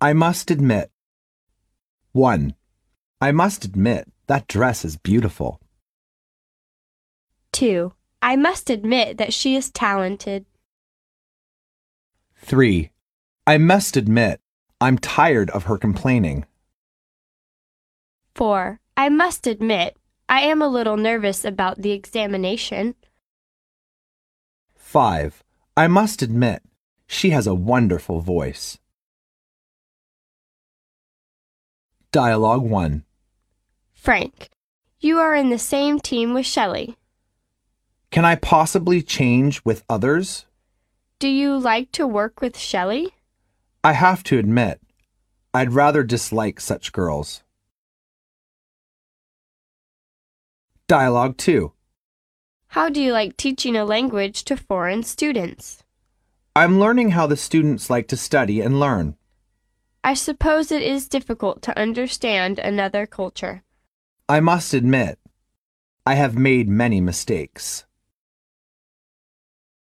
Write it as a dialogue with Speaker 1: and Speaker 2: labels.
Speaker 1: I must admit. 1. I must admit, that dress is beautiful.
Speaker 2: 2. I must admit that she is talented.
Speaker 1: 3. I must admit, I'm tired of her complaining.
Speaker 2: 4. I must admit, I am a little nervous about the examination.
Speaker 1: 5. I must admit, she has a wonderful voice. Dialogue 1.
Speaker 2: Frank, you are in the same team with Shelley.
Speaker 1: Can I possibly change with others?
Speaker 2: Do you like to work with Shelley?
Speaker 1: I have to admit, I'd rather dislike such girls. Dialogue 2.
Speaker 2: How do you like teaching a language to foreign students?
Speaker 1: I'm learning how the students like to study and learn.
Speaker 2: I suppose it is difficult to understand another culture.
Speaker 1: I must admit, I have made many mistakes.